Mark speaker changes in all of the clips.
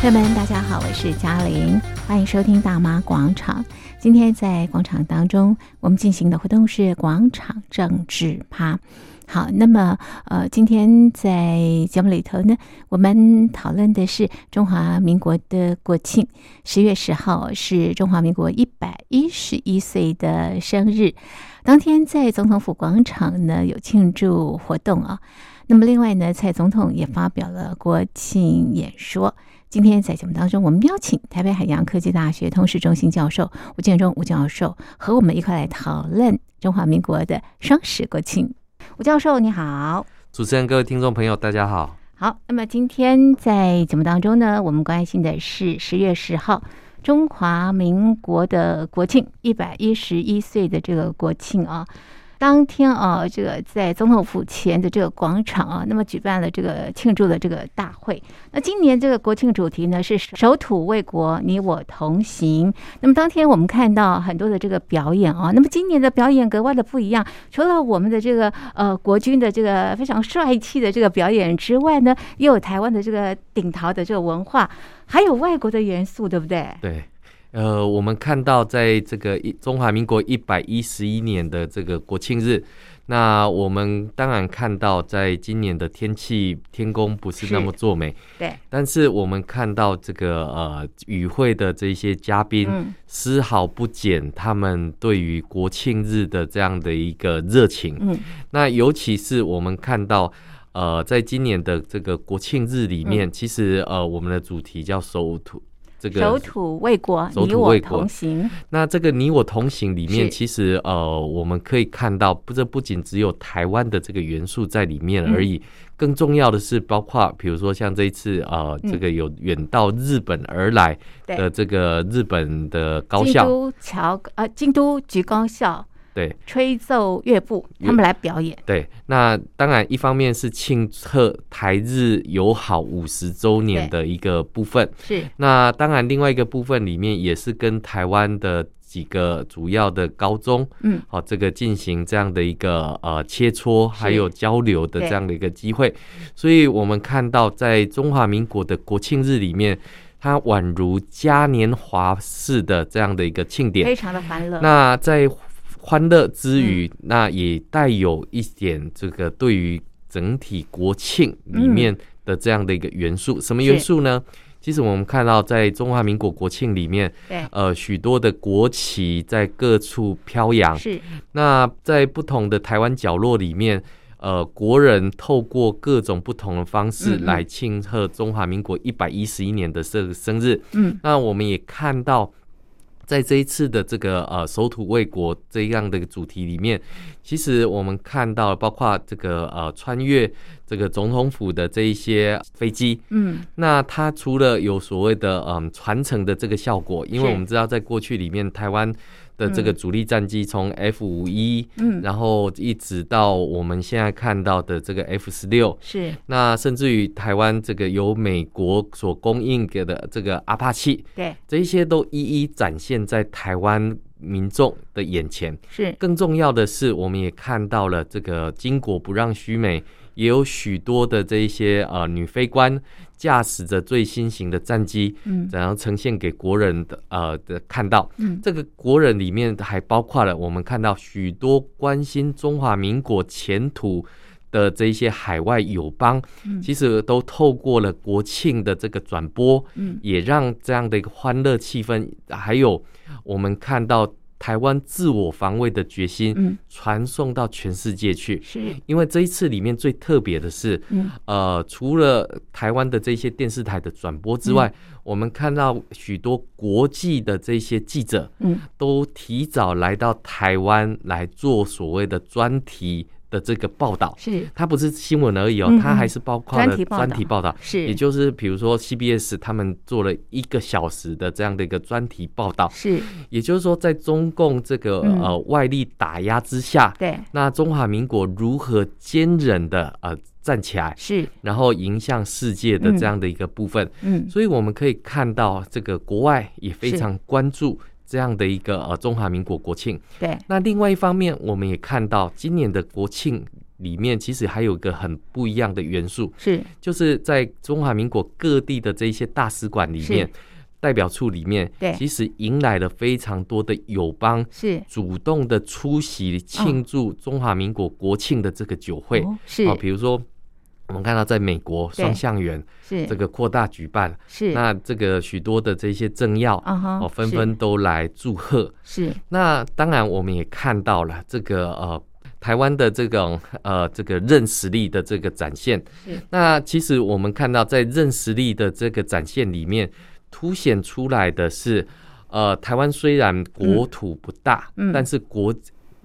Speaker 1: 朋友们，大家好，我是嘉玲，欢迎收听大妈广场。今天在广场当中，我们进行的活动是广场政治趴。好，那么呃，今天在节目里头呢，我们讨论的是中华民国的国庆，十月十号是中华民国一百一十一岁的生日，当天在总统府广场呢有庆祝活动啊。那么另外呢，蔡总统也发表了国庆演说。今天在节目当中，我们邀请台北海洋科技大学通识中心教授吴建中吴教授和我们一块来讨论中华民国的双十国庆。吴教授你好，
Speaker 2: 主持人、各位听众朋友，大家好。
Speaker 1: 好，那么今天在节目当中呢，我们关心的是十月十号中华民国的国庆一百一十一岁的这个国庆啊。当天啊，这个在总统府前的这个广场啊，那么举办了这个庆祝的这个大会。那今年这个国庆主题呢是“守土卫国，你我同行”。那么当天我们看到很多的这个表演啊，那么今年的表演格外的不一样。除了我们的这个呃国军的这个非常帅气的这个表演之外呢，也有台湾的这个顶陶的这个文化，还有外国的元素，对不对？
Speaker 2: 对，呃，我们看到在这个一中华民国一百一十一年的这个国庆日，那我们当然看到，在今年的天气天公不是那么
Speaker 1: 是
Speaker 2: 作美，
Speaker 1: 对，
Speaker 2: 但是我们看到这个呃与会的这些嘉宾，
Speaker 1: 嗯
Speaker 2: 丝毫不减他们对于国庆日的这样的一个热情。
Speaker 1: 嗯，
Speaker 2: 那尤其是我们看到，呃，在今年的这个国庆日里
Speaker 1: 嗯
Speaker 2: 面，其实呃，我们的主题叫守土，这个
Speaker 1: 守土卫国，
Speaker 2: 守
Speaker 1: 你
Speaker 2: 土
Speaker 1: 我
Speaker 2: 卫国
Speaker 1: 同行。
Speaker 2: 那这个你我同行里面，
Speaker 1: 是
Speaker 2: 其实呃，我们可以看到，不这不仅只有台湾的这个元素在里面
Speaker 1: 嗯
Speaker 2: 而已，更重要的是包括比如说像这一次呃，
Speaker 1: 嗯
Speaker 2: 这个有远到日本而来
Speaker 1: 对
Speaker 2: 的这个日本的高
Speaker 1: 京
Speaker 2: 校，
Speaker 1: 都桥呃，京都局高校
Speaker 2: 对
Speaker 1: 吹奏乐部，他们来表演。
Speaker 2: 对。那当然，一方面是庆贺台日友好五十周年
Speaker 1: 对
Speaker 2: 的一个部分，
Speaker 1: 是，
Speaker 2: 那当然，另外一个部分里面也是跟台湾的几个主要的高中，
Speaker 1: 嗯，
Speaker 2: 好、这个进行这样的一个呃切磋，还有交流的
Speaker 1: 对
Speaker 2: 这样的一个机会。所以我们看到，在中华民国的国庆日里面，它宛如嘉年华式的这样的一个庆典
Speaker 1: 非，常的欢乐。
Speaker 2: 那在欢乐之余，那也带有一点这个对于整体国庆里面的这样的一个元素。什么元素呢？其实我们看到，在中华民国国庆里面，
Speaker 1: 对，
Speaker 2: 呃，许多的国旗在各处飘扬。
Speaker 1: 是
Speaker 2: 那在不同的台湾角落里面，呃，国人透过各种不同的方式
Speaker 1: 嗯嗯
Speaker 2: 来庆贺中华民国一百一十一年的这个生日。
Speaker 1: 嗯，
Speaker 2: 那我们也看到，在这一次的这个呃守土卫国这样的主题里面，其实我们看到包括这个呃穿越这个总统府的这一些飞机，
Speaker 1: 嗯，
Speaker 2: 那它除了有所谓的嗯传承的这个效果，因为
Speaker 1: 是
Speaker 2: 我们知道在过去里面台湾。的这个主力战机从 F 五一，
Speaker 1: 嗯
Speaker 2: 然后一直到我们现在看到的这个 F 十六，
Speaker 1: 是
Speaker 2: 那甚至于台湾这个由美国所供应给的这个阿帕奇，
Speaker 1: 对，
Speaker 2: 这一些都一一展现在台湾民众的眼前。
Speaker 1: 是
Speaker 2: 更重要的是，我们也看到了这个巾帼不让须眉，也有许多的这一些呃女飞官驾驶着最新型的战机，
Speaker 1: 嗯
Speaker 2: 然后呈现给国人的呃的看到。
Speaker 1: 嗯
Speaker 2: 这个国人里面还包括了我们看到许多关心中华民国前途的这一些海外友邦，
Speaker 1: 嗯
Speaker 2: 其实都透过了国庆的这个转播，
Speaker 1: 嗯
Speaker 2: 也让这样的一个欢乐气氛，还有我们看到台湾自我防卫的决心，
Speaker 1: 嗯
Speaker 2: 传送到全世界去。
Speaker 1: 是
Speaker 2: 因为这一次里面最特别的是，
Speaker 1: 嗯
Speaker 2: 呃，除了台湾的这些电视台的转播之外，
Speaker 1: 嗯
Speaker 2: 我们看到许多国际的这些记者
Speaker 1: 嗯
Speaker 2: 都提早来到台湾来做所谓的专题的这个报道。
Speaker 1: 是
Speaker 2: 它不是新闻而已哦，
Speaker 1: 嗯嗯
Speaker 2: 它还是包括了
Speaker 1: 专题报道
Speaker 2: 专题报道，
Speaker 1: 是
Speaker 2: 也就是比如说 CBS 他们做了一个小时的这样的一个专题报道，
Speaker 1: 是，
Speaker 2: 也就是说，在中共这个、
Speaker 1: 嗯
Speaker 2: 呃外力打压之下，
Speaker 1: 对
Speaker 2: 那中华民国如何坚韧的呃站起来，
Speaker 1: 是
Speaker 2: 然后迎向世界的这样的一个部分。
Speaker 1: 嗯
Speaker 2: 所以我们可以看到，这个国外也非常关注这样的一个呃中华民国国庆。
Speaker 1: 对
Speaker 2: 那另外一方面，我们也看到今年的国庆里面其实还有一个很不一样的元素，
Speaker 1: 是
Speaker 2: 就是在中华民国各地的这些大使馆里面
Speaker 1: 是、
Speaker 2: 代表处里面
Speaker 1: 对，
Speaker 2: 其实迎来了非常多的友邦
Speaker 1: 是
Speaker 2: 主动的出席庆祝中华民国国庆的这个酒会。
Speaker 1: 哦是
Speaker 2: 哦，比如说我们看到在美国
Speaker 1: 对
Speaker 2: 双向园
Speaker 1: 是
Speaker 2: 这个扩大举办，
Speaker 1: 是
Speaker 2: 那这个许多的这些政要
Speaker 1: 啊哈
Speaker 2: 哦，纷纷都来祝贺。
Speaker 1: 是是
Speaker 2: 那当然，我们也看到了这个呃。台湾的这种呃这个认识力的这个展现
Speaker 1: 是，
Speaker 2: 那其实我们看到在认识力的这个展现里面，凸显出来的是，呃，台湾虽然国土不大，
Speaker 1: 嗯嗯
Speaker 2: 但是国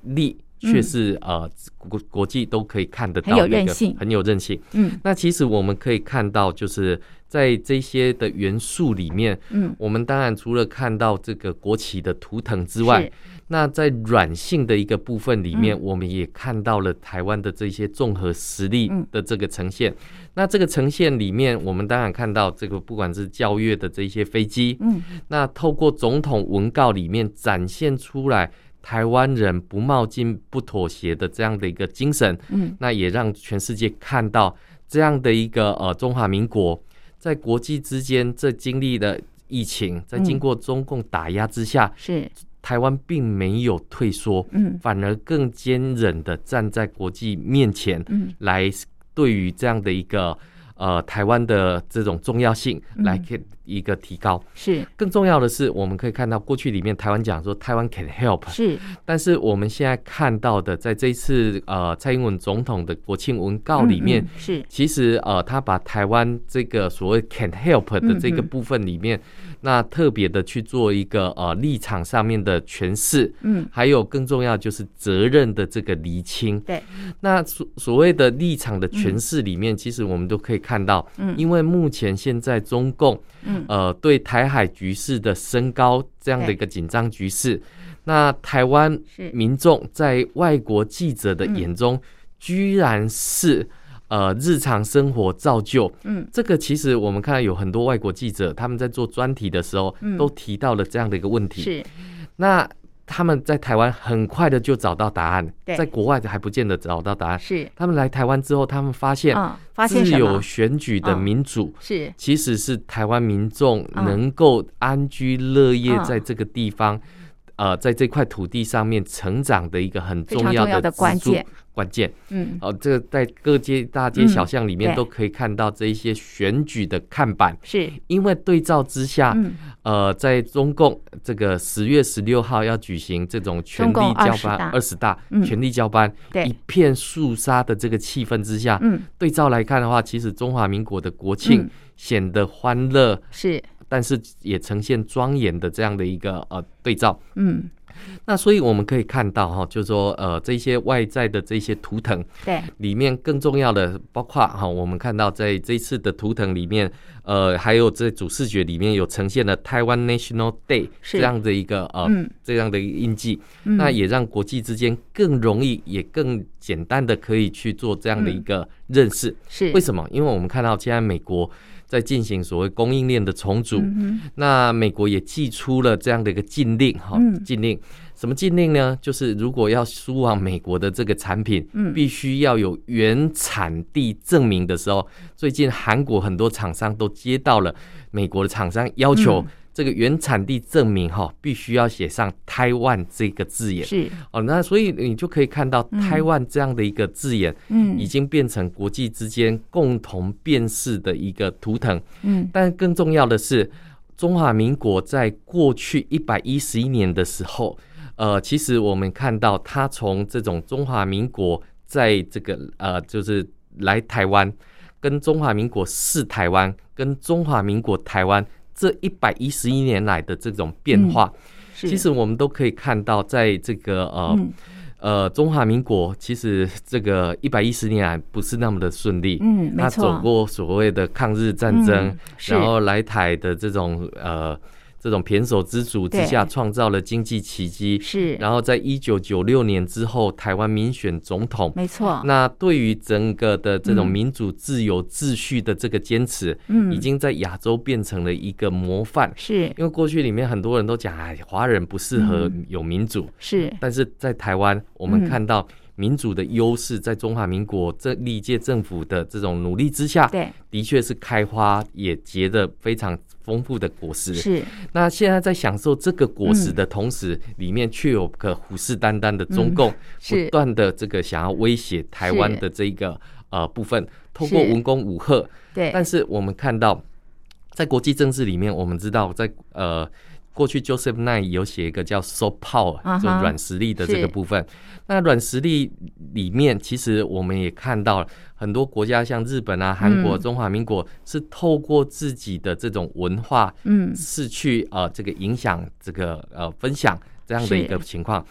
Speaker 2: 力却是、呃国国际都可以看得
Speaker 1: 很
Speaker 2: 到、那
Speaker 1: 有
Speaker 2: 个，
Speaker 1: 韧性
Speaker 2: 很有韧性。
Speaker 1: 嗯
Speaker 2: 那其实我们可以看到，就是在这些的元素里面，
Speaker 1: 嗯
Speaker 2: 我们当然除了看到这个国旗的图腾之外
Speaker 1: 是，
Speaker 2: 那在软性的一个部分里面，
Speaker 1: 嗯
Speaker 2: 我们也看到了台湾的这些综合实力
Speaker 1: 嗯
Speaker 2: 的这个呈现。那这个呈现里面，我们当然看到这个不管是教育的这些飞机，
Speaker 1: 嗯
Speaker 2: 那透过总统文告里面展现出来台湾人不冒进、不妥协的这样的一个精神，
Speaker 1: 嗯
Speaker 2: 那也让全世界看到这样的一个呃中华民国在国际之间这经历的疫情，在
Speaker 1: 嗯
Speaker 2: 经过中共打压之下，
Speaker 1: 是
Speaker 2: 台湾并没有退缩，
Speaker 1: 嗯
Speaker 2: 反而更坚韧的站在国际面前
Speaker 1: 嗯
Speaker 2: 来对于这样的一个。呃，台湾的这种重要性
Speaker 1: 嗯
Speaker 2: 来给一个提高。
Speaker 1: 是
Speaker 2: 更重要的是，我们可以看到过去里面台湾讲说台湾 can help，
Speaker 1: 是
Speaker 2: 但是我们现在看到的，在这一次呃蔡英文总统的国庆文告里面，
Speaker 1: 嗯嗯是
Speaker 2: 其实呃他把台湾这个所谓 can help 的这
Speaker 1: 嗯
Speaker 2: 个
Speaker 1: 嗯
Speaker 2: 部分里面，那特别的去做一个呃立场上面的诠释。
Speaker 1: 嗯
Speaker 2: 还有更重要就是责任的这个厘清。
Speaker 1: 对，
Speaker 2: 那所所谓的立场的诠释里面，其实我们都可以看到，
Speaker 1: 嗯
Speaker 2: 因为目前现在中共
Speaker 1: 嗯
Speaker 2: 呃，对台海局势的升高这样的一个紧张局势，那台湾
Speaker 1: 是
Speaker 2: 民众在外国记者的
Speaker 1: 嗯
Speaker 2: 眼中，居然是呃日常生活造就。
Speaker 1: 嗯
Speaker 2: 这个其实我们看到有很多外国记者，他们在做专题的时候，
Speaker 1: 嗯
Speaker 2: 都提到了这样的一个问题。
Speaker 1: 是
Speaker 2: 那他们在台湾很快的就找到答案，
Speaker 1: 对
Speaker 2: 在国外还不见得找到答案。
Speaker 1: 是
Speaker 2: 他们来台湾之后，他们发现
Speaker 1: 嗯发现
Speaker 2: 自
Speaker 1: 什
Speaker 2: 由
Speaker 1: 么
Speaker 2: 选举的
Speaker 1: 嗯
Speaker 2: 民主。
Speaker 1: 是
Speaker 2: 其实是台湾民众
Speaker 1: 嗯
Speaker 2: 能够安居乐业
Speaker 1: 嗯
Speaker 2: 在这个地方，呃，在这块土地上面成长的一个很
Speaker 1: 非常重要
Speaker 2: 的
Speaker 1: 的
Speaker 2: 支
Speaker 1: 关
Speaker 2: 柱
Speaker 1: 键。
Speaker 2: 关键
Speaker 1: 嗯
Speaker 2: 哦、这个在各街大街小
Speaker 1: 嗯
Speaker 2: 巷里面
Speaker 1: 对
Speaker 2: 都可以看到这一些选举的看板，
Speaker 1: 是
Speaker 2: 因为对照之下，
Speaker 1: 嗯
Speaker 2: 呃，在中共这个十月十六号要举行这种权力
Speaker 1: 中共
Speaker 2: 交
Speaker 1: 20
Speaker 2: 班
Speaker 1: 大
Speaker 2: 二十大
Speaker 1: 嗯
Speaker 2: 权力交班，
Speaker 1: 对
Speaker 2: 一片肃杀的这个气氛之下，
Speaker 1: 嗯
Speaker 2: 对照来看的话，其实中华民国的国庆
Speaker 1: 嗯
Speaker 2: 显得欢乐，
Speaker 1: 是
Speaker 2: 但是也呈现庄严的这样的一个呃对照。
Speaker 1: 嗯
Speaker 2: 那所以我们可以看到哈，就是说呃这些外在的这些图腾
Speaker 1: 对
Speaker 2: 里面，更重要的包括哈，我们看到在这一次的图腾里面，呃还有在主视觉里面有呈现了台湾 National Day
Speaker 1: 是
Speaker 2: 这样的一个呃、
Speaker 1: 嗯
Speaker 2: 这样的一个印记。
Speaker 1: 嗯
Speaker 2: 那也让国际之间更容易，也更简单的可以去做这样的一个认识。
Speaker 1: 是
Speaker 2: 为什么？因为我们看到现在美国在进行所谓供应链的重组，
Speaker 1: 嗯哼
Speaker 2: 那美国也寄出了这样的一个禁令，哈、
Speaker 1: 嗯
Speaker 2: 禁令。什么禁令呢？就是如果要输往美国的这个产品，
Speaker 1: 嗯
Speaker 2: 必须要有原产地证明的时候，最近韩国很多厂商都接到了美国的厂商要求
Speaker 1: 嗯，
Speaker 2: 这个原产地证明哈、必须要写上“台湾”这个字眼。
Speaker 1: 是
Speaker 2: 哦，那所以你就可以看到“台湾”这样的一个字眼，
Speaker 1: 嗯
Speaker 2: 已经变成国际之间共同辨识的一个图腾。
Speaker 1: 嗯
Speaker 2: 但更重要的是，中华民国在过去一百一十一年的时候，呃，其实我们看到它从这种中华民国在这个呃，就是来台湾，跟中华民国是台湾，跟中华民国台湾这一百一十一年来的这种变化，
Speaker 1: 是
Speaker 2: 其实我们都可以看到，在这个呃。
Speaker 1: 嗯
Speaker 2: 呃，中华民国其实这个一百一十年来啊不是那么的顺利，
Speaker 1: 嗯没
Speaker 2: 他走
Speaker 1: 错
Speaker 2: 过所谓的抗日战争，
Speaker 1: 嗯是
Speaker 2: 然后来台的这种呃这种胼手胝足之下，
Speaker 1: 对
Speaker 2: 创造了经济奇迹。
Speaker 1: 是
Speaker 2: 然后在一九九六年之后，台湾民选总统。
Speaker 1: 没错
Speaker 2: 那对于整个的这种
Speaker 1: 嗯
Speaker 2: 民主、自由、秩序的这个坚持，
Speaker 1: 嗯
Speaker 2: 已经在亚洲变成了一个模范。
Speaker 1: 是
Speaker 2: 因为过去里面很多人都讲，哎，华人不适合有民主，
Speaker 1: 是
Speaker 2: 但是在台湾，我们
Speaker 1: 嗯
Speaker 2: 看到民主的优势，在中华民国这历届政府的这种努力之下，
Speaker 1: 对，
Speaker 2: 的确是开花也结的非常丰富的果实。
Speaker 1: 是
Speaker 2: 那现在在享受这个果实的同时，里面却有个虎视眈眈的中共，
Speaker 1: 嗯是
Speaker 2: 不断的这个想要威胁台湾的这一个呃部分，透过
Speaker 1: 是
Speaker 2: 文攻武吓。
Speaker 1: 对，
Speaker 2: 但是我们看到，在国际政治里面，我们知道在呃。过去 Joseph Nye 有写一个叫 “soft power”，、
Speaker 1: 啊哈
Speaker 2: 就软实力的这
Speaker 1: 是
Speaker 2: 个部分。那软实力里面，其实我们也看到了很多国家，像日本啊、韩国、
Speaker 1: 嗯
Speaker 2: 中华民国，是透过自己的这种文化，
Speaker 1: 嗯，
Speaker 2: 是去呃这个影响这个呃分享这样的
Speaker 1: 是
Speaker 2: 一个情况。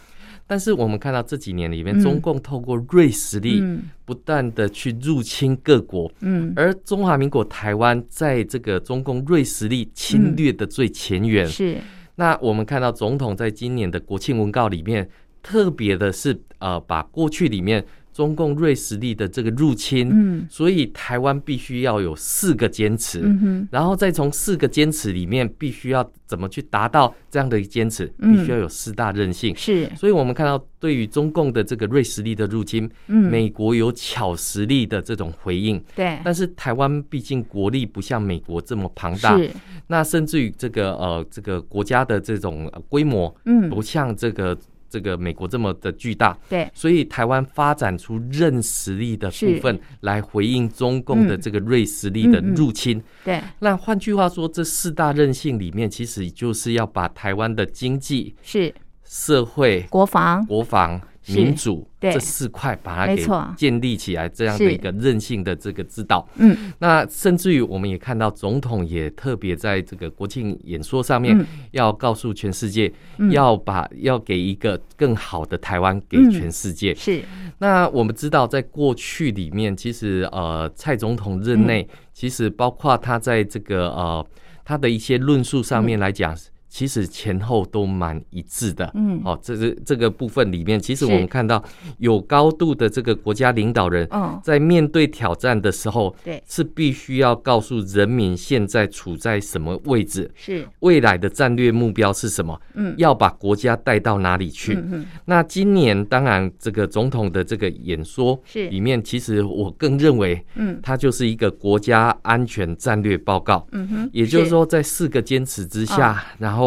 Speaker 2: 但是我们看到这几年里面，
Speaker 1: 嗯
Speaker 2: 中共透过锐实力
Speaker 1: 嗯
Speaker 2: 不断的去入侵各国，
Speaker 1: 嗯，
Speaker 2: 而中华民国台湾在这个中共锐实力侵略的最前沿。
Speaker 1: 嗯是
Speaker 2: 那我们看到总统在今年的国庆文告里面，特别的是呃把过去里面中共锐实力的这个入侵，
Speaker 1: 嗯
Speaker 2: 所以台湾必须要有四个坚持。
Speaker 1: 嗯哼
Speaker 2: 然后再从四个坚持里面，必须要怎么去达到这样的坚持，
Speaker 1: 嗯
Speaker 2: 必须要有四大韧性。
Speaker 1: 是
Speaker 2: 所以，我们看到对于中共的这个锐实力的入侵，
Speaker 1: 嗯
Speaker 2: 美国有巧实力的这种回应，
Speaker 1: 对
Speaker 2: 但是台湾毕竟国力不像美国这么庞大，
Speaker 1: 是
Speaker 2: 那甚至于这个呃这个国家的这种呃规模
Speaker 1: 嗯
Speaker 2: 不像这个这个美国这么的巨大，
Speaker 1: 对
Speaker 2: 所以台湾发展出韧实力的部分来回应中共的
Speaker 1: 嗯
Speaker 2: 这个锐实力的
Speaker 1: 嗯嗯
Speaker 2: 入侵。
Speaker 1: 对
Speaker 2: 那换句话说，这四大韧性里面，其实就是要把台湾的经济、
Speaker 1: 是
Speaker 2: 社会、
Speaker 1: 国防
Speaker 2: 国防、
Speaker 1: 是
Speaker 2: 民主
Speaker 1: 对
Speaker 2: 这四块，把它
Speaker 1: 没
Speaker 2: 给
Speaker 1: 错
Speaker 2: 建立起来，这样
Speaker 1: 是
Speaker 2: 的一个韧性的这个指导。
Speaker 1: 嗯
Speaker 2: 那甚至于我们也看到，总统也特别在这个国庆演说上面
Speaker 1: 嗯，
Speaker 2: 要告诉全世界，
Speaker 1: 嗯
Speaker 2: 要把要给一个更好的台湾给
Speaker 1: 嗯
Speaker 2: 全世界。
Speaker 1: 是
Speaker 2: 那我们知道，在过去里面，其实呃，蔡总统任内，
Speaker 1: 嗯
Speaker 2: 其实包括他在这个呃他的一些论述上面来讲，其实前后都蛮一致的。
Speaker 1: 嗯
Speaker 2: 哦，这是这个部分里面，其
Speaker 1: 是
Speaker 2: 实我们看到有高度的这个国家领导人
Speaker 1: 嗯
Speaker 2: 在面对挑战的时候，
Speaker 1: 对
Speaker 2: 是必须要告诉人民现在处在什么位置，
Speaker 1: 是
Speaker 2: 未来的战略目标是什么，
Speaker 1: 嗯
Speaker 2: 要把国家带到哪里去。
Speaker 1: 嗯嗯
Speaker 2: 那今年当然，这个总统的这个演说
Speaker 1: 是
Speaker 2: 里面，其实我更认为
Speaker 1: 嗯
Speaker 2: 它就是一个国家安全战略报告。
Speaker 1: 嗯哼，
Speaker 2: 也就是说，在四个坚持之下，然后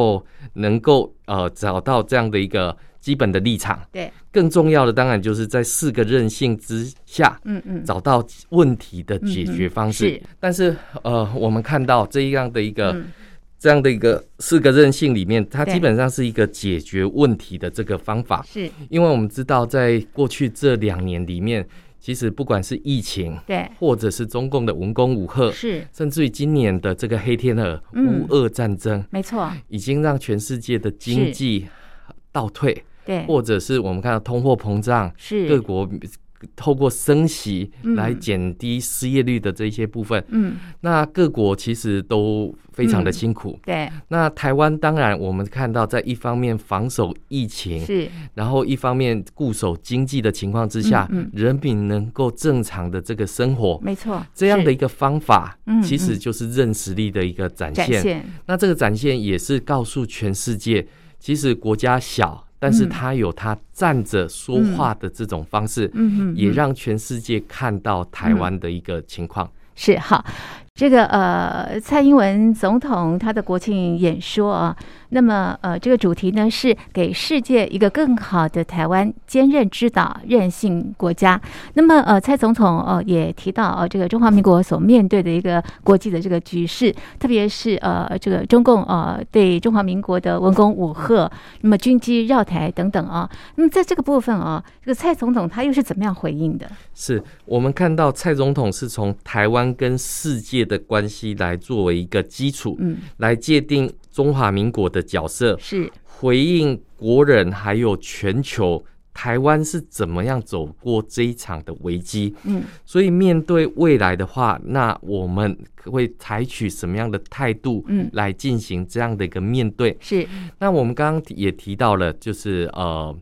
Speaker 2: 能够呃找到这样的一个基本的立场。
Speaker 1: 对
Speaker 2: 更重要的，当然就是在四个韧性之下，
Speaker 1: 嗯嗯
Speaker 2: 找到问题的解决方
Speaker 1: 嗯哼
Speaker 2: 式。
Speaker 1: 是
Speaker 2: 但是呃，我们看到这样的一个、
Speaker 1: 嗯
Speaker 2: 这样的一个四个韧性里面，它
Speaker 1: 对
Speaker 2: 基本上是一个解决问题的这个方法。
Speaker 1: 是
Speaker 2: 因为我们知道，在过去这两年里面，其实不管是疫情，
Speaker 1: 对
Speaker 2: 或者是中共的文攻武吓，
Speaker 1: 是
Speaker 2: 甚至于今年的这个黑天鹅、
Speaker 1: 嗯
Speaker 2: 乌俄战争，
Speaker 1: 没错
Speaker 2: 已经让全世界的经济倒退，
Speaker 1: 对
Speaker 2: 或者是我们看到通货膨胀，
Speaker 1: 是
Speaker 2: 各国透过升息
Speaker 1: 嗯
Speaker 2: 来减低失业率的这一些部分，
Speaker 1: 嗯
Speaker 2: 那各国其实都非常的
Speaker 1: 嗯
Speaker 2: 辛苦。
Speaker 1: 对
Speaker 2: 那台湾当然，我们看到在一方面防守疫情，
Speaker 1: 是
Speaker 2: 然后一方面固守经济的情况之下，
Speaker 1: 嗯嗯
Speaker 2: 人民能够正常的这个生活，
Speaker 1: 没错
Speaker 2: 这样的
Speaker 1: 是
Speaker 2: 一个方法
Speaker 1: 嗯，
Speaker 2: 其实就是认实力的一个展现。
Speaker 1: 展现
Speaker 2: 那这个展现也是告诉全世界，其实国家小，但
Speaker 1: 嗯
Speaker 2: 是它有它站着说话的这种方式，
Speaker 1: 嗯嗯
Speaker 2: 也
Speaker 1: 嗯
Speaker 2: 让全世界看到台湾的一个情况。
Speaker 1: 是好，这个呃，蔡英文总统他的国庆演说啊，那么呃，这个主题呢是给世界一个更好的台湾，坚韧之岛，韧性国家。那么呃，蔡总统呃也提到呃，这个中华民国所面对的一个国际的这个局势，特别是呃这个中共呃对中华民国的文攻武吓，那么军机绕台等等啊。那么在这个部分啊，这个蔡总统他又是怎么样回应的？
Speaker 2: 是我们看到蔡总统是从台湾跟世界的关系来作为一个基础，
Speaker 1: 嗯，
Speaker 2: 来界定中华民国的角色，
Speaker 1: 是
Speaker 2: 回应国人还有全球。台湾是怎么样走过这一场的危机？
Speaker 1: 嗯
Speaker 2: 所以面对未来的话，那我们会采取什么样的态度
Speaker 1: 嗯
Speaker 2: 来进行这样的一个面对？
Speaker 1: 是
Speaker 2: 那我们刚刚也提到了，就是呃，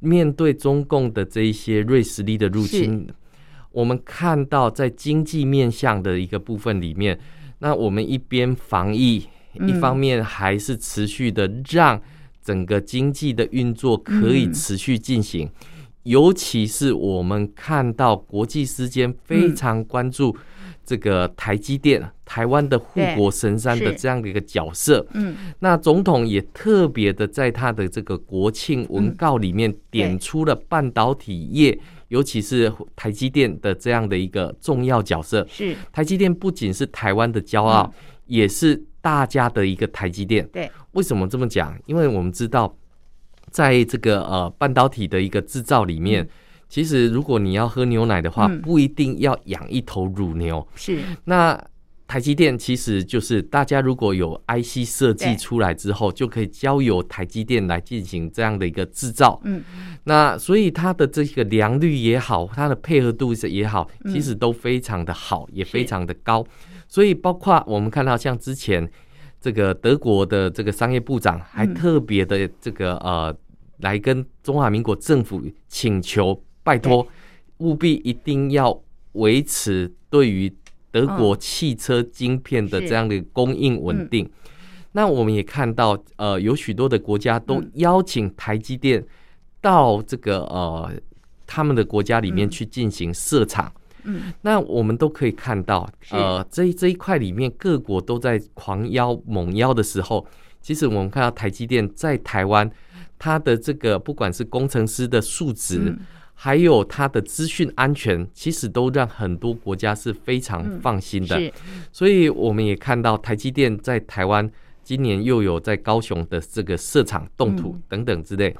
Speaker 2: 面对中共的这一些瑞士力的入侵，我们看到在经济面向的一个部分里面，那我们一边防疫，
Speaker 1: 嗯
Speaker 2: 一方面还是持续的让整个经济的运作可以
Speaker 1: 嗯
Speaker 2: 持续进行。尤其是我们看到国际之间非
Speaker 1: 嗯
Speaker 2: 常关注这个台积电、台湾的护国神山的
Speaker 1: 是
Speaker 2: 这样的一个角色。
Speaker 1: 嗯，
Speaker 2: 那总统也特别的在他的这个国庆文告里面点出了半导体业，尤其是台积电的这样的一个重要角色。
Speaker 1: 是
Speaker 2: 台积电不仅是台湾的骄傲，也是大家的一个台积电。
Speaker 1: 对，
Speaker 2: 为什么这么讲？因为我们知道，在这个呃半导体的一个制造里面，其实如果你要喝牛奶的话，
Speaker 1: 嗯
Speaker 2: 不一定要养一头乳牛。
Speaker 1: 是
Speaker 2: 那台积电其实就是大家如果有 IC 设
Speaker 1: 对
Speaker 2: 计出来之后，就可以交由台积电来进行这样的一个制造。
Speaker 1: 嗯，
Speaker 2: 那所以它的这个良率也好，它的配合度是也好，其实都非常的好，也非常的高。所以包括我们看到像之前这个德国的这个商业部长还特别的这个、呃，来跟中华民国政府请求，拜托务必一定要维持对于德国汽车晶片的
Speaker 1: 是嗯
Speaker 2: 这样的供应稳定。那我们也看到，呃，有许多的国家都
Speaker 1: 嗯
Speaker 2: 邀请台积电到这个呃他们的国家里面
Speaker 1: 嗯
Speaker 2: 去进行设厂。
Speaker 1: 嗯
Speaker 2: 那我们都可以看到，
Speaker 1: 是
Speaker 2: 呃，这这一块里面各国都在狂邀猛邀的时候，其实我们看到台积电在台湾，它的这个不管是工程师的素质，
Speaker 1: 嗯
Speaker 2: 还有它的资讯安全，其实都让很多国家是非常
Speaker 1: 嗯
Speaker 2: 放心的。
Speaker 1: 是
Speaker 2: 所以我们也看到台积电在台湾今年又有在高雄的这个设厂动土
Speaker 1: 嗯
Speaker 2: 等等之类，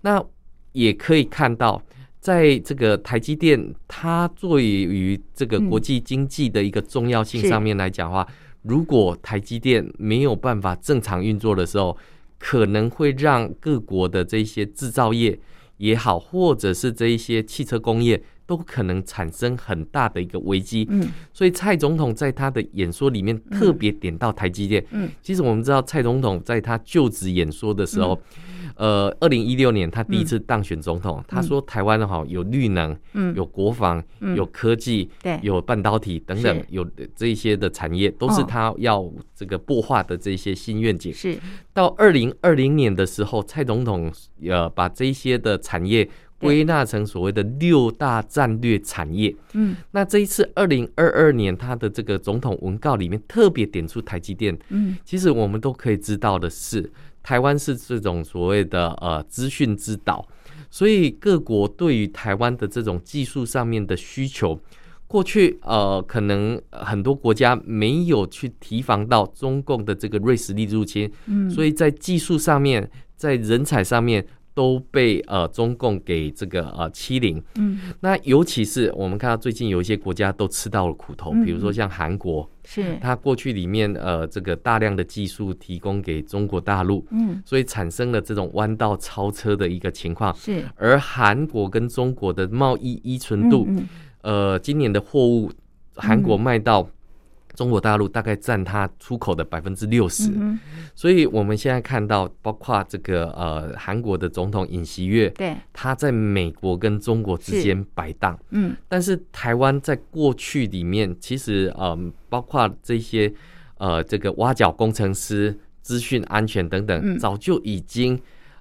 Speaker 2: 那也可以看到。在这个台积电，它作为于这个国际经济的一个重要性
Speaker 1: 是
Speaker 2: 上面来讲的话，如果台积电没有办法正常运作的时候，可能会让各国的这些制造业也好，或者是这一些汽车工业，都可能产生很大的一个危机。
Speaker 1: 嗯
Speaker 2: 所以蔡总统在他的演说里面特别点到台积电。
Speaker 1: 嗯
Speaker 2: 其实我们知道，蔡总统在他就职演说的时候，
Speaker 1: 嗯
Speaker 2: 呃，二零一六年他第一次当选总统，他说台湾哈有绿能、
Speaker 1: 嗯
Speaker 2: 有国防、
Speaker 1: 嗯
Speaker 2: 有科技、
Speaker 1: 对
Speaker 2: 有半导体等等
Speaker 1: 是，
Speaker 2: 有这一些的产业都是
Speaker 1: 哦
Speaker 2: 他要这个擘画的这些新愿景。
Speaker 1: 是
Speaker 2: 到二零二零年的时候，蔡总统呃把这一些的产业归纳成所谓的六大战略产业。
Speaker 1: 嗯
Speaker 2: 那这一次二零二二年他的这个总统文告里面特别点出台积电，
Speaker 1: 嗯
Speaker 2: 其实我们都可以知道的是，台湾是这种所谓的呃资讯之岛，所以各国对于台湾的这种技术上面的需求。过去，呃，可能很多国家没有去提防到中共的这个瑞士力入侵，
Speaker 1: 嗯
Speaker 2: 所以在技术上面，在人才上面都被呃中共给这个呃欺凌。
Speaker 1: 嗯
Speaker 2: 那尤其是我们看到最近有一些国家都吃到了苦头，
Speaker 1: 嗯
Speaker 2: 比如说像韩国，
Speaker 1: 是
Speaker 2: 它过去里面呃这个大量的技术提供给中国大陆，
Speaker 1: 嗯
Speaker 2: 所以产生了这种弯道超车的一个情况。
Speaker 1: 是
Speaker 2: 而韩国跟中国的贸易依存度，
Speaker 1: 嗯
Speaker 2: 呃，今年的货物韩国卖到中国大陆大概占它出口的百分之六十，
Speaker 1: 嗯嗯
Speaker 2: 所以我们现在看到，包括这个呃韩国的总统尹锡悦，
Speaker 1: 对
Speaker 2: 他在美国跟中国之间摆荡。
Speaker 1: 嗯
Speaker 2: 但是台湾在过去里面，其实嗯，包括这些呃，这个挖角工程师、资讯安全等等，
Speaker 1: 嗯
Speaker 2: 早就已经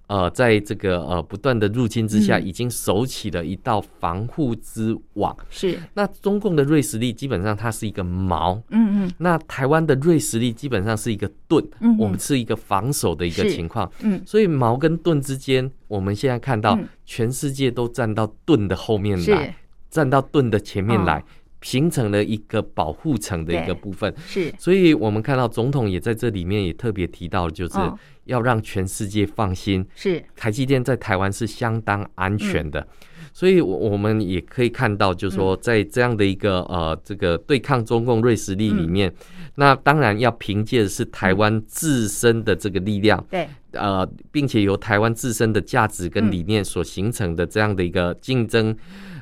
Speaker 2: 呃，在这个呃不断的入侵之下，
Speaker 1: 嗯
Speaker 2: 已经手起了一道防护之网。
Speaker 1: 是
Speaker 2: 那中共的瑞实力基本上它是一个矛，
Speaker 1: 嗯嗯
Speaker 2: 那台湾的瑞实力基本上是一个盾，
Speaker 1: 嗯嗯
Speaker 2: 我们是一个防守的一个
Speaker 1: 是
Speaker 2: 情况。
Speaker 1: 嗯
Speaker 2: 所以矛跟盾之间，我们现在看到
Speaker 1: 嗯
Speaker 2: 全世界都站到盾的后面来
Speaker 1: 是，
Speaker 2: 站到盾的前面来，
Speaker 1: 哦
Speaker 2: 形成了一个保护层的一
Speaker 1: 对
Speaker 2: 个部分。
Speaker 1: 是
Speaker 2: 所以我们看到总统也在这里面也特别提到，就是
Speaker 1: 哦
Speaker 2: 要让全世界放心，
Speaker 1: 是
Speaker 2: 台积电在台湾是相当安全的。
Speaker 1: 嗯
Speaker 2: 所以，我我们也可以看到，就是说，在这样的一个、呃，这个对抗中共瑞士力
Speaker 1: 嗯
Speaker 2: 里面，那当然要凭借的是台湾自身的这个力量，
Speaker 1: 对
Speaker 2: 呃，并且由台湾自身的价值
Speaker 1: 嗯
Speaker 2: 跟理念所形成的这样的一个竞争，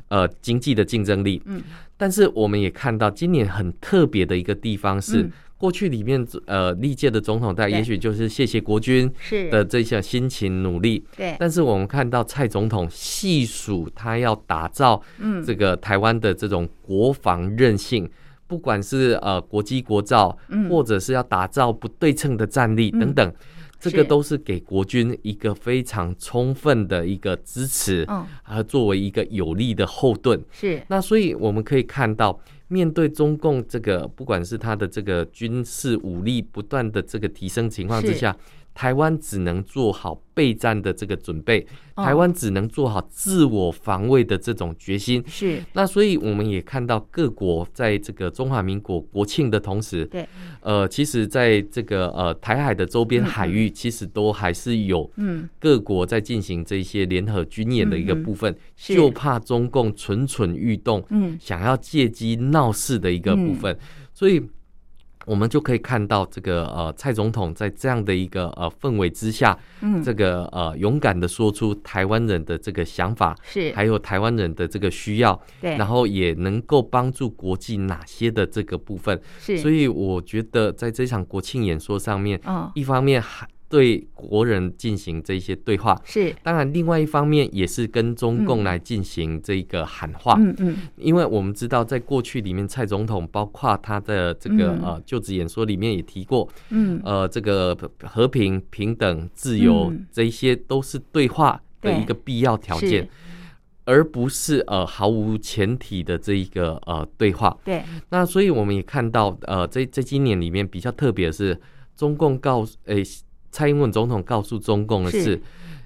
Speaker 2: 呃，经济的竞争力。
Speaker 1: 嗯，
Speaker 2: 但是我们也看到今年很特别的一个地方是，
Speaker 1: 嗯
Speaker 2: 过去里面呃历届的总统代，
Speaker 1: 对
Speaker 2: 也许就是谢谢国军
Speaker 1: 是
Speaker 2: 的这项辛勤努力，
Speaker 1: 对
Speaker 2: 但是我们看到蔡总统细数他要打造
Speaker 1: 嗯
Speaker 2: 这个台湾的这种国防韧性。不管是呃国机国造，
Speaker 1: 嗯
Speaker 2: 或者是要打造不对称的战力等等，这个都是给国军一个非常充分的一个支持，
Speaker 1: 嗯，
Speaker 2: 啊，作为一个有力的后盾。
Speaker 1: 是
Speaker 2: 那所以我们可以看到，面对中共这个，不管是他的这个军事武力不断的这个提升情况之
Speaker 1: 是
Speaker 2: 下，台湾只能做好备战的这个准备，
Speaker 1: 哦
Speaker 2: 台湾只能做好自我防卫的这种决心。
Speaker 1: 是，
Speaker 2: 那所以我们也看到各国在这个中华民国国庆的同时，
Speaker 1: 对，
Speaker 2: 呃，其实在这个呃台海的周边海域，其实都还是有
Speaker 1: 嗯，
Speaker 2: 各国在进行这些联合军演的一个
Speaker 1: 嗯嗯
Speaker 2: 部分，
Speaker 1: 是
Speaker 2: 就怕中共蠢蠢欲动，
Speaker 1: 嗯，
Speaker 2: 想要借机闹事的一个部分，所以。我们就可以看到，这个呃，蔡总统在这样的一个呃氛围之下，
Speaker 1: 嗯，
Speaker 2: 这个呃勇敢的说出台湾人的这个想法，
Speaker 1: 是，
Speaker 2: 还有台湾人的这个需要，
Speaker 1: 对，
Speaker 2: 然后也能够帮助国际哪些的这个部分。
Speaker 1: 是，
Speaker 2: 所
Speaker 1: 以，
Speaker 2: 以我觉得在这场国庆演说上面，
Speaker 1: 哦，
Speaker 2: 一方面还对国人进行这些对话，
Speaker 1: 是，
Speaker 2: 当然另外一方面也是跟中
Speaker 1: 嗯
Speaker 2: 共来进行这个喊话，
Speaker 1: 嗯嗯，
Speaker 2: 因为我们知道在过去里面，蔡总统包括他的这个、
Speaker 1: 嗯
Speaker 2: 呃就职演说里面也提过，
Speaker 1: 嗯，
Speaker 2: 呃，这个和平、平等、自由、
Speaker 1: 嗯
Speaker 2: 这一些都是对话的
Speaker 1: 对
Speaker 2: 一个必要条
Speaker 1: 是
Speaker 2: 件，而不是呃毫无前提的这一个呃对话。
Speaker 1: 对，
Speaker 2: 那所以我们也看到，呃，在在今年里面比较特别的是，中共告诉诶、蔡英文总统告诉中共的是。
Speaker 1: 是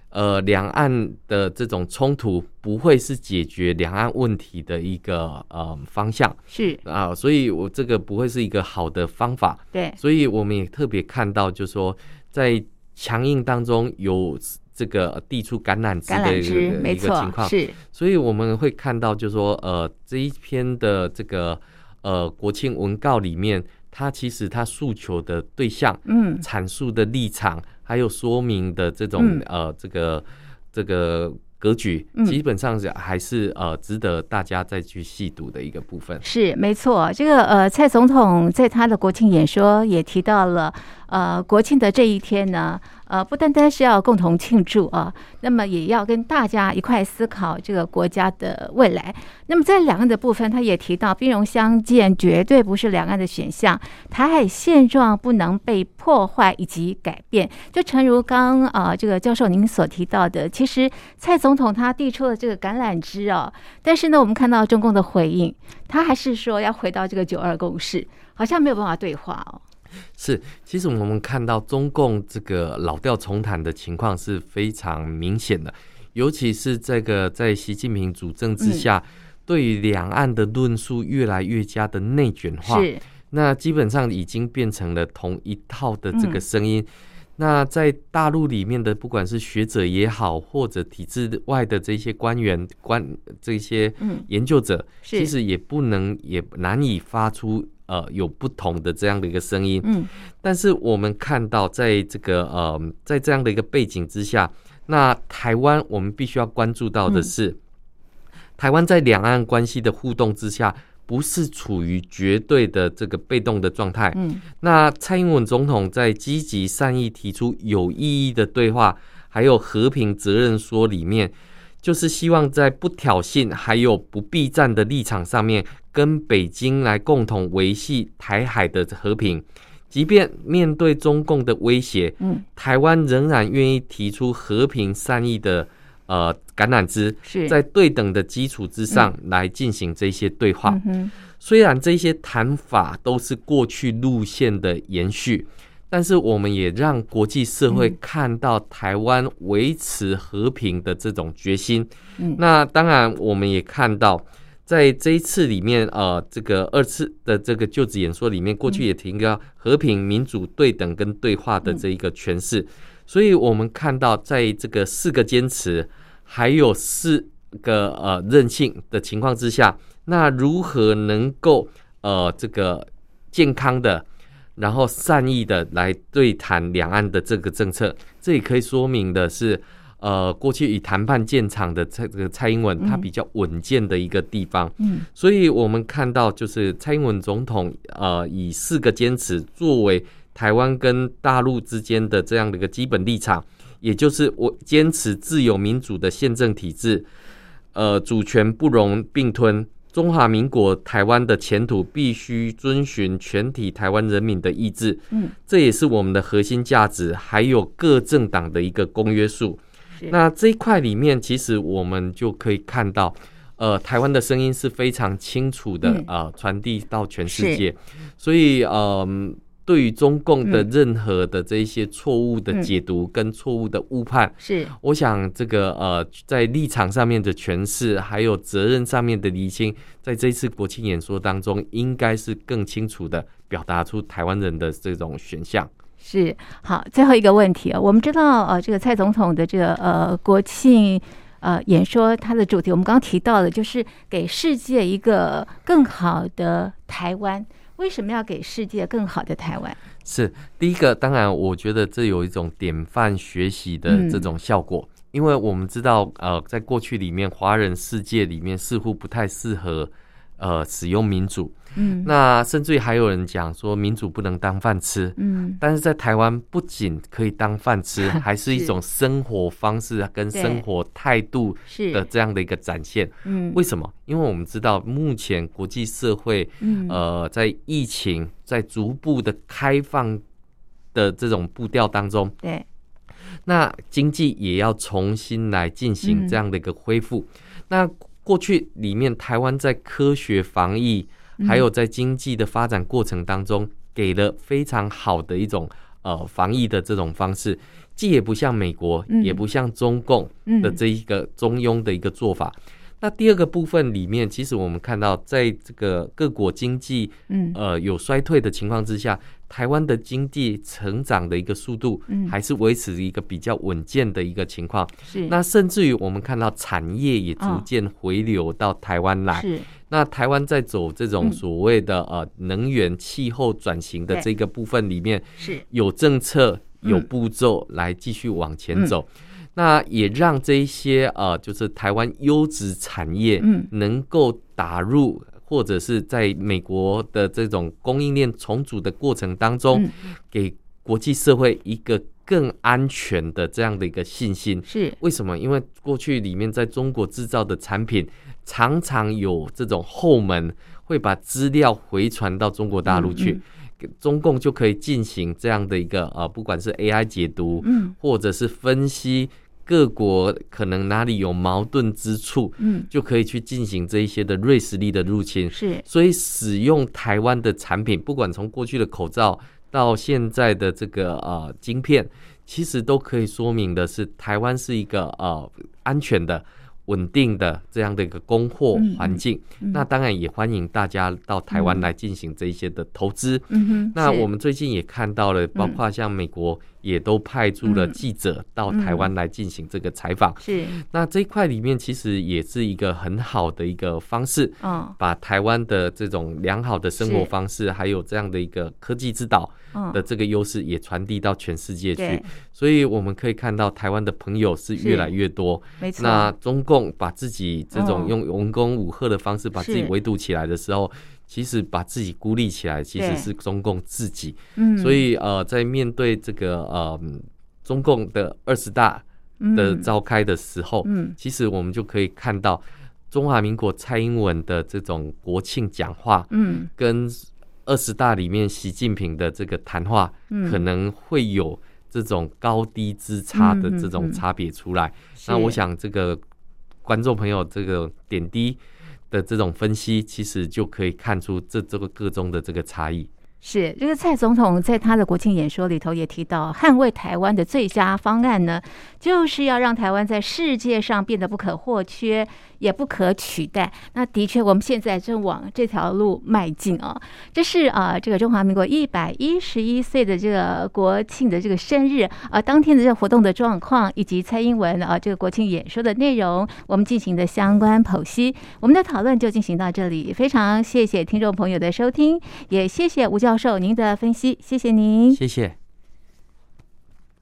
Speaker 2: 呃，两岸的这种冲突不会是解决两岸问题的一个呃方向
Speaker 1: 是，
Speaker 2: 啊、所以我这个不会是一个好的方法。
Speaker 1: 对，
Speaker 2: 所以我们也特别看到，就是说在强硬当中有这个地处橄榄枝
Speaker 1: 橄
Speaker 2: 的
Speaker 1: 榄
Speaker 2: 一
Speaker 1: 枝，
Speaker 2: 个
Speaker 1: 没
Speaker 2: 一个情
Speaker 1: 错，
Speaker 2: 况，
Speaker 1: 是，
Speaker 2: 所以我们会看到，就是说呃这一篇的这个呃国庆文告里面，它其实它诉求的对象、
Speaker 1: 嗯，
Speaker 2: 阐述的立场，还有说明的这种、
Speaker 1: 嗯
Speaker 2: 呃这个这个。格局
Speaker 1: 嗯
Speaker 2: 基本上是还是呃值得大家再去细读的一个部分。
Speaker 1: 是没错，这个呃，蔡总统在他的国庆演说也提到了，呃，国庆的这一天呢，呃，不单单是要共同庆祝啊，那么也要跟大家一块思考这个国家的未来。那么在两岸的部分，他也提到，兵戎相见绝对不是两岸的选项，台海现状不能被破坏以及改变。就诚如刚啊、呃这个教授您所提到的，其实蔡总统他递出了这个橄榄枝哦，但是呢，我们看到中共的回应。他还是说要回到这个九二共识，好像没有办法对话哦。
Speaker 2: 是，其实我们看到中共这个老调重弹的情况是非常明显的，尤其是这个在习近平主政之下，对于两岸的论述越来越加的内卷化，
Speaker 1: 是，
Speaker 2: 那基本上已经变成了同一套的这个
Speaker 1: 嗯
Speaker 2: 声音。那在大陆里面的，不管是学者也好，或者体制外的这些官员、官这些
Speaker 1: 嗯，
Speaker 2: 研究者，
Speaker 1: 是，
Speaker 2: 其实也不能也难以发出呃有不同的这样的一个声音。
Speaker 1: 嗯，
Speaker 2: 但是我们看到，在这个呃，在这样的一个背景之下，那台湾我们必须要关注到的是，台湾在两岸关系的互动之下，不是处于绝对的这个被动的状态。
Speaker 1: 嗯，
Speaker 2: 那蔡英文总统在积极善意提出有意义的对话，还有和平责任说里面，就是希望在不挑衅还有不避战的立场上面，跟北京来共同维系台海的和平。即便面对中共的威胁，
Speaker 1: 嗯，
Speaker 2: 台湾仍然愿意提出和平善意的呃橄榄枝，
Speaker 1: 是，
Speaker 2: 在对等的基础之上来进行这些对话。
Speaker 1: 嗯哼，
Speaker 2: 虽然这些谈法都是过去路线的延续，但是我们也让国际社会看到台湾维持和平的这种决心。
Speaker 1: 嗯
Speaker 2: 那当然，我们也看到。在这一次里面，呃，这个二次的这个就职演说里面，过去也提到和平、民主、对等跟对话的这一个诠释，所以我们看到，在这个四个坚持，还有四个呃韧性的情况之下，那如何能够呃这个健康的，然后善意的来对谈两岸的这个政策？这也可以说明的是，呃，过去以谈判见长的蔡这个蔡英文，
Speaker 1: 嗯
Speaker 2: 他比较稳健的一个地方。
Speaker 1: 嗯，
Speaker 2: 所以我们看到，就是蔡英文总统呃，以四个坚持作为台湾跟大陆之间的这样的一个基本立场，也就是我坚持自由民主的宪政体制，呃，主权不容并吞，中华民国台湾的前途必须遵循全体台湾人民的意志，
Speaker 1: 嗯，
Speaker 2: 这也是我们的核心价值，还有各政党的一个公约数。
Speaker 1: 是
Speaker 2: 那这一块里面，其实我们就可以看到，呃，台湾的声音是非常清楚的，
Speaker 1: 嗯
Speaker 2: 呃，传递到全
Speaker 1: 是
Speaker 2: 世界。所以，嗯、对于中共的任何的这一些错误的解读跟错误的误判，
Speaker 1: 是
Speaker 2: 我想这个呃，在立场上面的诠释，还有责任上面的厘清，在这一次国庆演说当中，应该是更清楚的表达出台湾人的这种选项。
Speaker 1: 是好，最后一个问题，我们知道呃，这个蔡总统的这个呃国庆呃演说，它的主题我们刚刚提到了，就是给世界一个更好的台湾。为什么要给世界更好的台湾？
Speaker 2: 是第一个，当然，我觉得这有一种典范学习
Speaker 1: 嗯
Speaker 2: 的这种效果，因为我们知道，呃，在过去里面，华人世界里面似乎不太适合呃使用民主，
Speaker 1: 嗯
Speaker 2: 那甚至于还有人讲说民主不能当饭吃，
Speaker 1: 嗯，
Speaker 2: 但是在台湾不仅可以当 饭吃，还是一种生活方式啊跟
Speaker 1: 对
Speaker 2: 生活态度的
Speaker 1: 是
Speaker 2: 这样的一个展现。
Speaker 1: 嗯
Speaker 2: 为什么？因为我们知道目前国际社会
Speaker 1: 嗯
Speaker 2: 呃在疫情在逐步的开放的这种步调当中，
Speaker 1: 对
Speaker 2: 那经济也要重新来进
Speaker 1: 嗯
Speaker 2: 行这样的一个恢复。那过去里面，台湾在科学防疫，还有在经济的发展过程当中，给了非常好的一种呃防疫的这种方式，既也不像美国，
Speaker 1: 嗯
Speaker 2: 也不像中共
Speaker 1: 嗯
Speaker 2: 的这一个中庸的一个做法。那第二个部分里面，其实我们看到，在这个各国经济
Speaker 1: 嗯
Speaker 2: 呃有衰退的情况之下，台湾的经济成长的一个速度
Speaker 1: 嗯
Speaker 2: 还是维持一个比较稳健的一个情况。
Speaker 1: 是
Speaker 2: 那甚至于我们看到产业也逐
Speaker 1: 嗯
Speaker 2: 渐回流到台湾来。
Speaker 1: 是
Speaker 2: 那台湾在走这种
Speaker 1: 嗯
Speaker 2: 所谓的、呃能源气候转型的
Speaker 1: 对
Speaker 2: 这个部分里面，
Speaker 1: 是
Speaker 2: 有政策
Speaker 1: 嗯
Speaker 2: 有步骤来继续往前走。那也让这一些呃，就是台湾优质产业
Speaker 1: 嗯
Speaker 2: 能够打入，或者是在美国的这种供应链重组的过程当中，
Speaker 1: 嗯
Speaker 2: 给国际社会一个更安全的这样的一个信心。
Speaker 1: 是
Speaker 2: 为什么？因为过去里面在中国制造的产品，常常有这种后门会把资料回传到中国大陆
Speaker 1: 嗯
Speaker 2: 去，中共就可以进行这样的一个呃，不管是 AI 解读，
Speaker 1: 嗯
Speaker 2: 或者是分析各国可能哪里有矛盾之处，
Speaker 1: 嗯
Speaker 2: 就可以去进行这一些的瑞士力的入侵。
Speaker 1: 是
Speaker 2: 所以使用台湾的产品，不管从过去的口罩到现在的这个呃晶片，其实都可以说明的是，台湾是一个呃安全的。稳定的这样的一个供货
Speaker 1: 嗯
Speaker 2: 环境，
Speaker 1: 嗯
Speaker 2: 那当然也欢迎大家到台湾来进行这一些的投资。
Speaker 1: 嗯哼
Speaker 2: 那
Speaker 1: 是
Speaker 2: 我们最近也看到了，包括像美国也都派驻了
Speaker 1: 嗯
Speaker 2: 记者到台湾来进行这个采访。
Speaker 1: 是
Speaker 2: 那这一块里面其实也是一个很好的一个方式，
Speaker 1: 嗯
Speaker 2: 把台湾的这种良好的生活方式，还有这样的一个科技之岛
Speaker 1: 嗯
Speaker 2: 的这个优势，也传递到全世界
Speaker 1: 对
Speaker 2: 去。所以我们可以看到，台湾的朋友是
Speaker 1: 是
Speaker 2: 越来越多。
Speaker 1: 没错
Speaker 2: 那中共把自己这
Speaker 1: 嗯
Speaker 2: 种用文攻武吓的方式把自己
Speaker 1: 是
Speaker 2: 围堵起来的时候，其实把自己孤立起来，其
Speaker 1: 对
Speaker 2: 实是中共自己。
Speaker 1: 嗯
Speaker 2: 所以呃，在面对这个呃嗯中共的二十大的
Speaker 1: 嗯
Speaker 2: 召开的时候，
Speaker 1: 嗯
Speaker 2: 其实我们就可以看到中华民国蔡英文的这种国庆讲话，
Speaker 1: 嗯
Speaker 2: 跟二十大里面习近平的这个谈话，
Speaker 1: 嗯
Speaker 2: 可能会有这种高低之差的这
Speaker 1: 嗯嗯
Speaker 2: 种
Speaker 1: 嗯
Speaker 2: 差别出来。
Speaker 1: 是
Speaker 2: 那我想这个观众朋友这个点滴。的这种分析，其实就可以看出这这个个中的这个差异。
Speaker 1: 是，这个蔡总统在他的国庆演说里头也提到，捍卫台湾的最佳方案呢，就是要让台湾在世界上变得不可或缺，也不可取代。那的确，我们现在正往这条路迈进啊、这是啊、呃这个中华民国一百一十一岁的这个国庆的这个生日啊、呃当天的这个活动的状况，以及蔡英文啊、呃这个国庆演说的内容，我们进行的相关剖析。我们的讨论就进行到这里，非常谢谢听众朋友的收听。也谢谢吴教授您的分析，谢谢您。
Speaker 2: 谢谢。